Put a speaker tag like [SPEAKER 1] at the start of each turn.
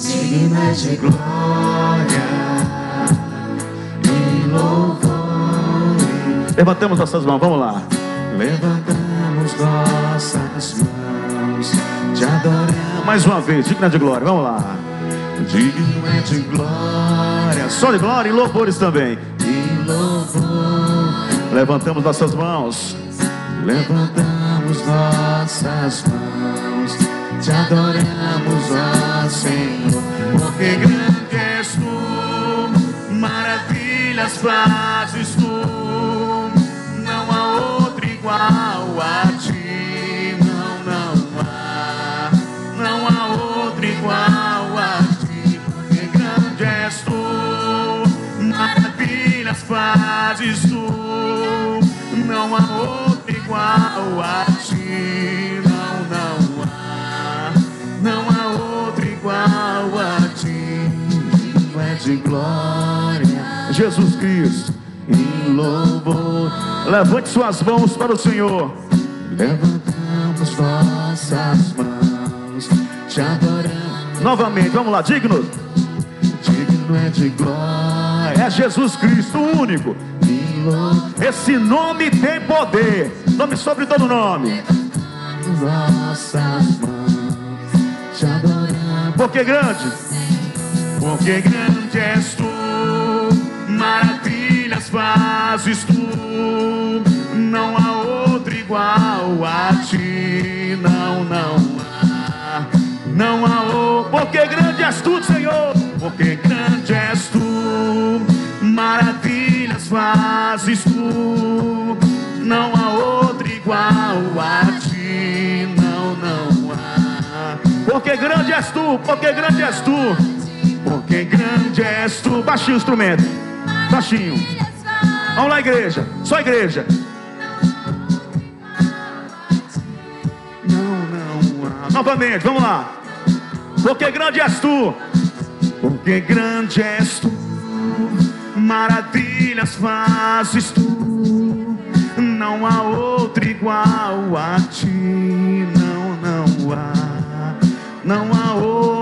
[SPEAKER 1] é de glória e louvor.
[SPEAKER 2] Levantamos nossas mãos, vamos lá.
[SPEAKER 1] Levantamos nossas mãos, te adoramos.
[SPEAKER 2] Mais uma vez, digna de glória, vamos lá.
[SPEAKER 1] Digno é de glória
[SPEAKER 2] Só de glória e louvores também.
[SPEAKER 1] e louvor.
[SPEAKER 2] Levantamos nossas mãos.
[SPEAKER 1] Levantamos nossas mãos, te adoramos, ó Senhor, porque grande és tu, maravilhas fazes tu, não há outro igual a ti, não, não há, não há outro igual a ti, porque grande és tu, maravilhas fazes tu, não há outro igual a ti, não, não há, não há outro igual a ti, digno é de glória
[SPEAKER 2] Jesus Cristo.
[SPEAKER 1] e louvor.
[SPEAKER 2] Levante suas mãos para o Senhor.
[SPEAKER 1] Levantamos nossas mãos, te adoramos,
[SPEAKER 2] Novamente, vamos lá, digno.
[SPEAKER 1] digno é de glória
[SPEAKER 2] É Jesus Cristo, o único.
[SPEAKER 1] e louvor.
[SPEAKER 2] Esse nome tem poder. Nome sobre todo nome.
[SPEAKER 1] Nossas mãos, te adoramos.
[SPEAKER 2] Porque grande.
[SPEAKER 1] Porque grande és tu, maravilhas fazes tu, não há outro igual a ti, não, não há, não há outro,
[SPEAKER 2] Porque grande és tu, Senhor.
[SPEAKER 1] porque grande és tu, maravilhas fazes tu, não há outro igual a ti, não, não há.
[SPEAKER 2] Porque grande és tu, porque grande és tu.
[SPEAKER 1] Porque grande és tu,
[SPEAKER 2] Baixinho o instrumento. Baixinho. Vamos lá, igreja. Só igreja.
[SPEAKER 1] não, não há.
[SPEAKER 2] Novamente, vamos lá. Porque grande és tu.
[SPEAKER 1] Porque grande és tu, maravilhas fazes tu, não há outro igual a ti, não, não há, não há outro.